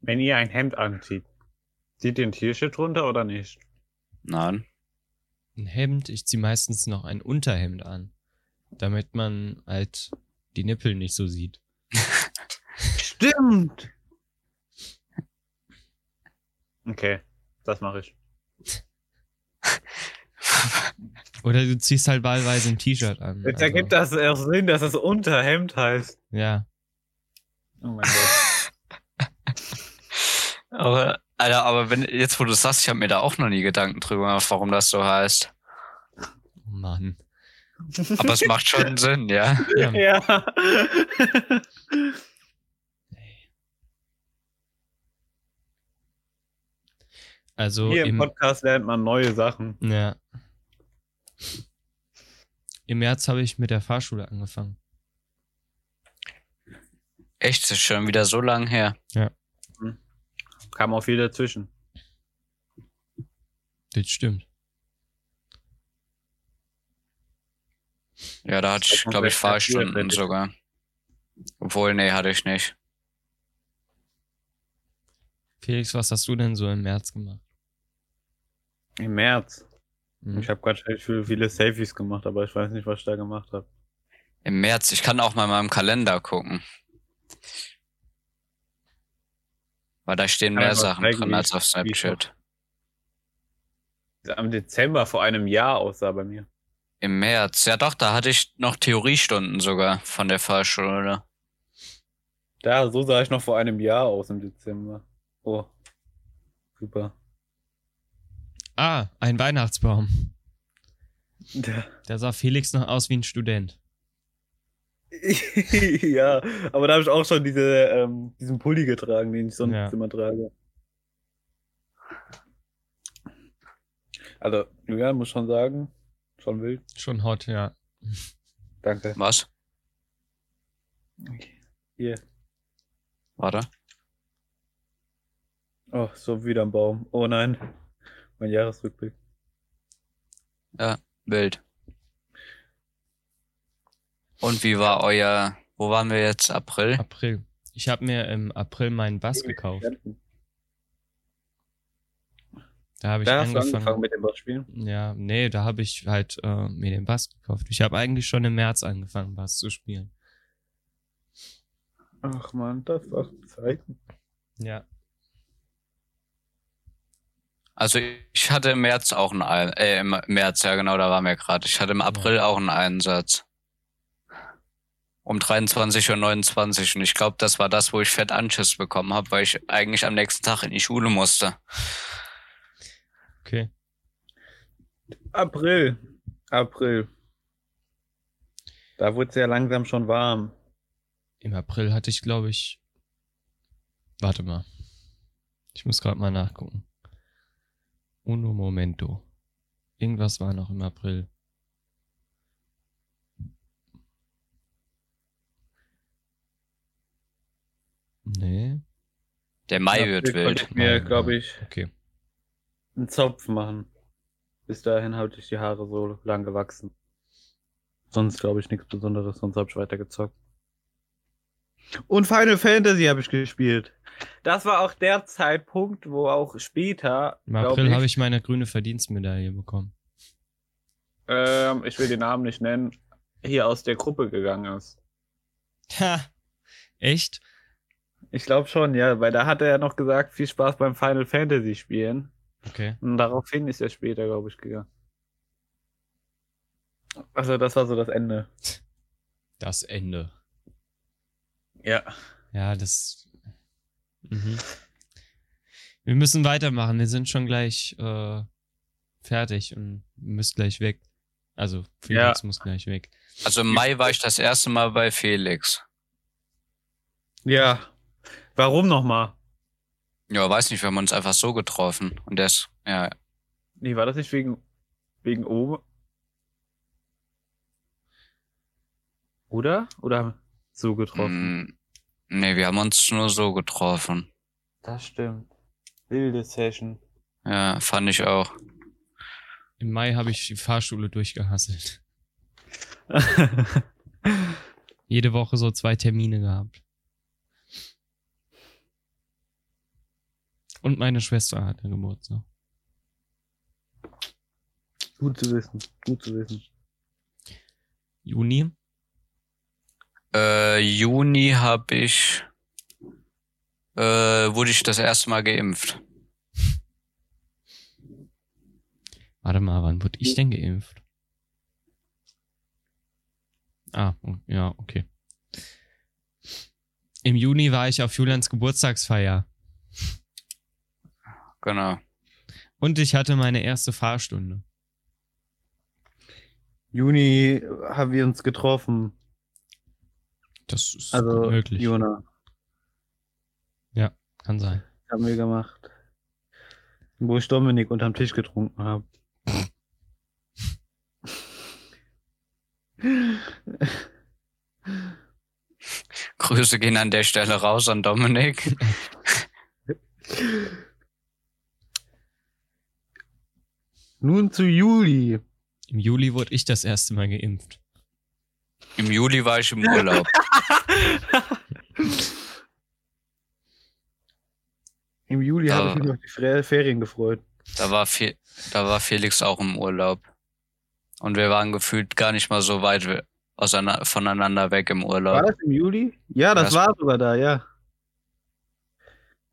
Wenn ihr ein Hemd anzieht, zieht ihr ein T-Shirt runter oder nicht?
Nein.
Ein Hemd, ich zieh meistens noch ein Unterhemd an. Damit man halt die Nippel nicht so sieht.
Stimmt! Okay, das mache ich.
Oder du ziehst halt wahlweise ein T-Shirt an. Also,
Jetzt ergibt das erst Sinn, dass das Unterhemd heißt.
Ja.
Oh mein Gott.
Aber, Alter, aber wenn, jetzt wo du es sagst, ich habe mir da auch noch nie Gedanken drüber gemacht, warum das so heißt.
Oh Mann.
Aber es macht schon Sinn, ja.
Ja.
*laughs* ja.
Also
*laughs* Hier im
im,
Podcast lernt man neue Sachen.
ja. Im März habe ich mit der Fahrschule angefangen.
Echt, das ist schon wieder so lang her.
Kam auch viel dazwischen.
Das stimmt.
Ja, da hatte ich, glaube ich, Fahrstunden sogar. Obwohl, nee, hatte ich nicht.
Felix, was hast du denn so im März gemacht?
Im März.
Hm?
Ich habe ganz schön viel- viele Selfies gemacht, aber ich weiß nicht, was ich da gemacht habe.
Im März, ich kann auch mal in meinem Kalender gucken. Weil da stehen
Kann
mehr
ich mal
Sachen
zeigen,
drin
wie
als
ich-
auf
wie ich
Snapchat.
Am Dezember vor einem Jahr aussah bei mir.
Im März. Ja doch, da hatte ich noch Theoriestunden sogar von der Fahrschule.
Da, so sah ich noch vor einem Jahr aus im Dezember. Oh. Super.
Ah, ein Weihnachtsbaum.
Ja.
Da sah Felix noch aus wie ein Student.
*laughs* ja, aber da habe ich auch schon diese, ähm, diesen Pulli getragen, den ich sonst
Ja.
immer trage. Also, Julian muss schon sagen, schon wild.
Schon hot, ja.
Danke.
Was?
Hier.
Warte.
Oh, so wieder ein Baum. Oh nein. Mein Jahresrückblick.
Bild. Und wie war euer, wo waren wir jetzt? April?
April. Ich habe mir im April meinen Bass gekauft. Da habe ich
Da hast du
angefangen.
angefangen mit dem Bassspielen.
Ja, nee, da habe ich halt äh, mir den Bass gekauft. Ich habe eigentlich schon im März angefangen, Bass zu spielen.
Ach man, das war Zeit.
Ja.
Also ich hatte im März auch einen, Ein- äh, im März, ja genau, da waren wir gerade. Ich hatte im April auch einen Einsatz. Um 23.29 Uhr. Und ich glaube, das war das, wo ich fett Anschiss bekommen habe, weil ich eigentlich am nächsten Tag in die Schule musste.
Okay.
April. April. Da wurde es ja langsam schon warm.
Im April hatte ich, glaube ich. Warte mal. Ich muss gerade mal nachgucken. Uno momento. Irgendwas war noch im April. Nee.
Der Mai wird
April
wild.
konnte ich mir,
Mai,
glaube
ja.
ich,
Okay.
einen Zopf machen. Bis dahin hatte ich die Haare so lang gewachsen. Sonst glaube ich nichts Besonderes, sonst habe ich weitergezockt. Und Final Fantasy habe ich gespielt. Das war auch der Zeitpunkt, wo auch später.
Im
glaub
April habe ich meine grüne Verdienstmedaille bekommen.
Ähm, ich will den Namen nicht nennen. Hier aus der Gruppe gegangen ist.
Ha! Echt?
Ich glaube schon, ja, weil da hat er ja noch gesagt, viel Spaß beim Final Fantasy spielen.
Okay.
Und daraufhin ist er später, glaube ich, gegangen. Also, das war so das Ende.
Das Ende.
Ja.
Ja, das. Mhm. Wir müssen weitermachen. Wir sind schon gleich äh, fertig und müsst gleich weg. Also Felix muss gleich weg.
Also im Mai war ich das erste Mal bei Felix.
Ja. Warum nochmal?
Ja, weiß nicht, wir haben uns einfach so getroffen. Und das, ja,
Nee, war das nicht wegen, wegen Ome? Oder? Oder haben wir so getroffen?
mh, mm, nee, wir haben uns nur so getroffen.
Das stimmt. Wilde Session.
Ja, fand ich auch.
Im Mai habe ich die Fahrschule durchgehasselt. *laughs* Jede Woche so zwei Termine gehabt. Und meine Schwester hatte Geburtstag.
gut zu wissen. Gut zu wissen.
Juni?
Äh, Juni habe ich, äh, wurde ich das erste Mal geimpft.
Warte mal, wann wurde ich denn geimpft? Ah, o- ja, okay. Im Juni war ich auf Julians Geburtstagsfeier
Genau. *laughs*
und ich hatte meine erste Fahrstunde.
Juni haben wir uns getroffen.
Das ist
Also,
gut möglich.
Jona,
Kann sein.
haben wir gemacht. Wo ich Dominik unterm Tisch getrunken habe.
Grüße gehen an der Stelle raus an Dominik.
Nun zu Juli.
Im Juli wurde ich das erste Mal geimpft.
Im Juli war ich im Urlaub.
Im Juli
Da-
habe ich mich auf die Fer- Ferien gefreut.
Da war, Fe da war Felix auch im Urlaub. Und wir waren gefühlt gar nicht mal so weit we- auseinander, voneinander weg im
War
Urlaub.
das im Juli? Ja, das
Das-
war sogar da, ja.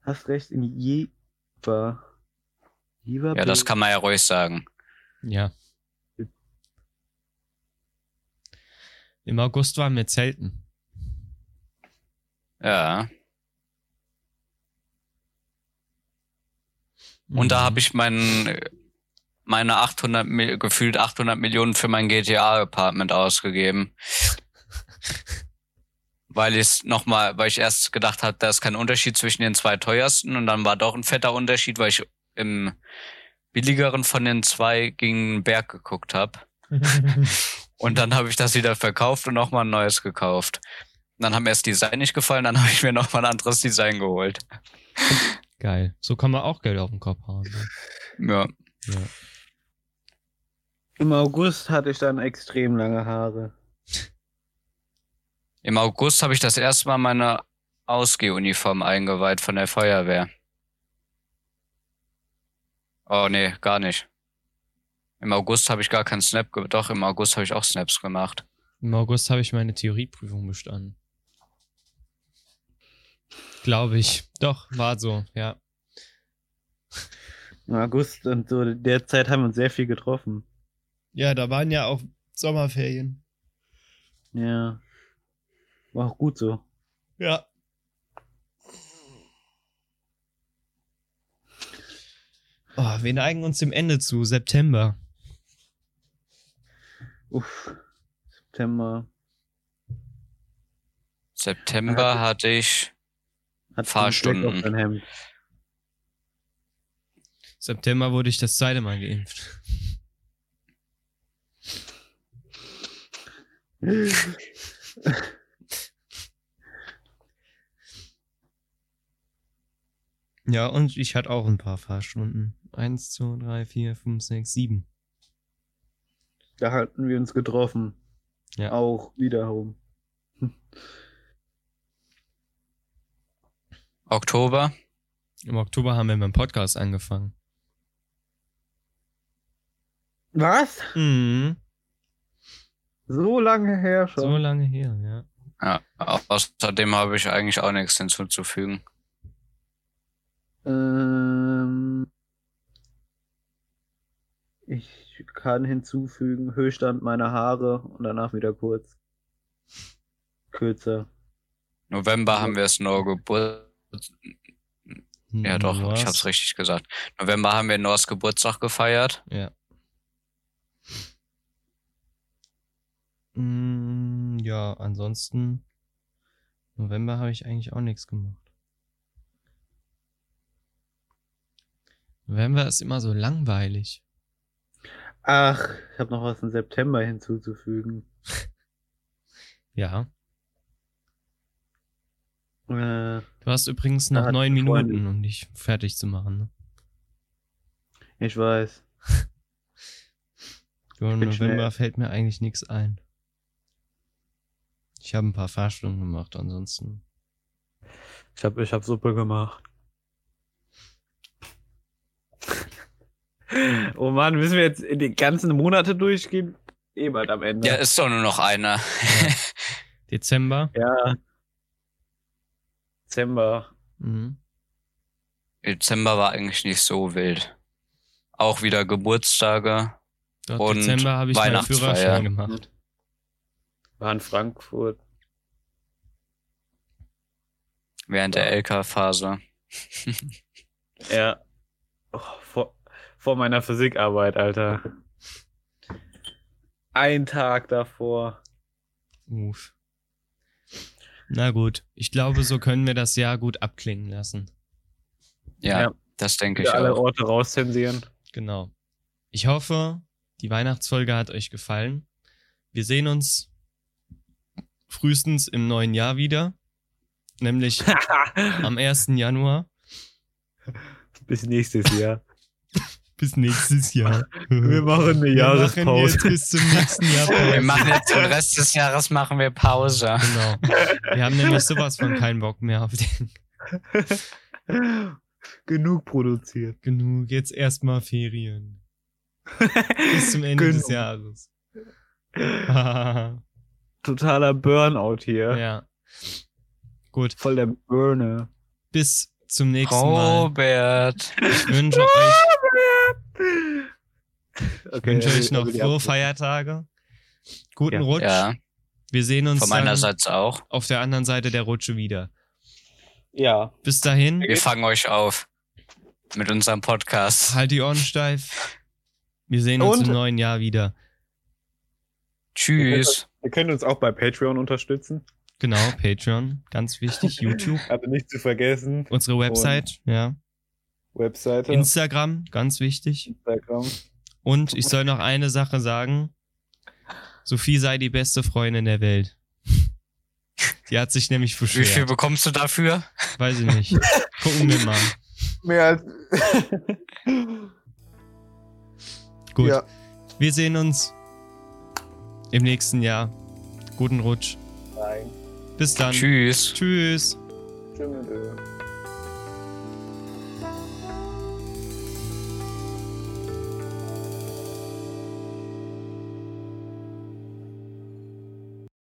Hast recht, in Jever. Jever
Ja, das kann man ja ruhig sagen.
Ja. Im August waren wir Zelten.
Ja. Und
Mhm.
da habe ich meinen, meine 800, Mil- gefühlt 800 Millionen für mein GTA-Apartment ausgegeben. weil ich noch mal, weil ich erst gedacht habe, da ist kein Unterschied zwischen den zwei teuersten und dann war doch ein fetter Unterschied, weil ich im billigeren von den zwei gegen den Berg geguckt habe. Und dann habe ich das wieder verkauft und nochmal ein neues gekauft. Dann hat mir das Design nicht gefallen, dann habe ich mir nochmal ein anderes Design geholt.
Geil. So kann man auch Geld auf den Kopf haben. ne?
Ja.
Ja.
Im August hatte ich dann extrem lange Haare.
Im August habe ich das erste Mal meine Ausgehuniform eingeweiht von der Feuerwehr. Oh nee, gar nicht. Im August habe ich gar keinen Snap ge Doch, im August habe ich auch Snaps gemacht.
Im August habe ich meine Theorieprüfung bestanden. Glaube ich. Doch, war so, ja.
Im August und so, der Zeit haben wir uns sehr viel getroffen.
Ja, da waren ja auch Sommerferien.
Ja. War auch gut so.
Ja. Oh, wir neigen uns dem Ende zu, September.
Uff. September.
September hatte ich,
Hat
Fahrstunden.
Fleck auf dein Hemd.
September wurde ich das zweite Mal geimpft.
*laughs*
Ja, und ich hatte auch ein paar Fahrstunden. Eins, zwei, drei, vier, fünf, sechs, sieben.
Da hatten wir uns getroffen.
Ja.
Auch wiederum.
Oktober.
Im Oktober haben wir mit dem Podcast angefangen.
Was?
Mhm.
So lange her
So
schon.
lange her, ja.
Ja, au- außerdem habe ich eigentlich auch nichts hinzuzufügen.
ähm, ich kann hinzufügen, Höchststand meiner Haare und danach wieder kurz. Kürzer.
November haben wir Snow Geburt. Ja, doch, ich hab's richtig gesagt. November haben wir Nors Geburtstag gefeiert.
Ja. Mm, ja, ansonsten. November habe ich eigentlich auch nichts gemacht. November ist immer so langweilig.
Ach, ich habe noch was im September hinzuzufügen.
Ja.
Äh,
Du hast übrigens
Da
noch
hat
neun
eine
Minuten,
Freundin-
um dich fertig zu machen. Ne?
ich weiß.
Du, Im November
bin schnell.
fällt mir eigentlich nichts ein. Ich habe ein paar Fahrstunden gemacht, ansonsten.
Ich hab, ich hab
*laughs*
Suppe gemacht. oh Mann, müssen wir jetzt die ganzen Monate durchgehen?
Eh
Ebert am Ende.
Ja, ist doch nur noch einer.
Dezember.
Ja. Dezember.
Mhm.
Dezember war eigentlich nicht so wild. Auch wieder Geburtstage.
Doch,
Und
Dezember habe ich meinen
Weihnachtsfeier.
Führerschein gemacht.
War in Frankfurt.
Während der LK-Phase.
Ja. Oh, vor, vor meiner Physikarbeit, Alter. Ein Tag davor.
Uff. Na gut, ich glaube, so können wir das Jahr gut abklingen lassen.
Ja,
Ja.
das denke ich
Wieder alle
auch.
Orte rauszensieren.
Genau. Ich hoffe, die Weihnachtsfolge hat euch gefallen. Wir sehen uns frühestens im neuen Jahr wieder, nämlich am 1. Januar.
Bis nächstes Jahr.
Bis nächstes Jahr.
Wir machen
*laughs*
eine
Wir machen
Jahrespause.
jetzt bis zum nächsten Jahr.
Wir
Pause.
machen jetzt den Rest des Jahres machen wir Pause.
Genau. Wir haben nämlich sowas von keinen Bock mehr auf den.
Genug produziert.
Genug, jetzt erstmal Ferien. Bis zum Ende des
Genug.
Jahres. *laughs*
Totaler Burnout hier.
Ja. Gut,
Voll der Burner.
bis zum nächsten Mal.
Robert.
Ich wünsche euch,
Okay,
wünsche
also-
euch noch
also die
frohe
Abschluss-
Feiertage. Guten
Ja.
Rutsch.
Ja,
Wir sehen uns
von meiner
dann
Seite auch.
auf der anderen Seite der Rutsche wieder.
Ja.
Bis dahin,
Wir fangen euch auf mit unserem Podcast.
halt die Ohren steif. Wir sehen uns
Und-
im neuen Jahr wieder.
Tschüss.
Ihr könnt uns auch bei Patreon unterstützen.
Genau, Patreon, ganz wichtig, YouTube,
Also nicht zu vergessen.
unsere Website, ja.
Webseite,
Instagram, ganz wichtig.
Instagram.
Und ich soll noch eine Sache sagen. Sophie sei die beste Freundin der Welt. Die hat sich nämlich
Wie viel
beschwert.
bekommst du dafür?
Weiß ich nicht. Gucken wir mal.
Mehr als.
*laughs* Gut.
Ja.
Wir sehen uns im nächsten Jahr. Guten Rutsch.
Nein.
Bis dann.
Tschüss.
Tschüss.
Tschüss.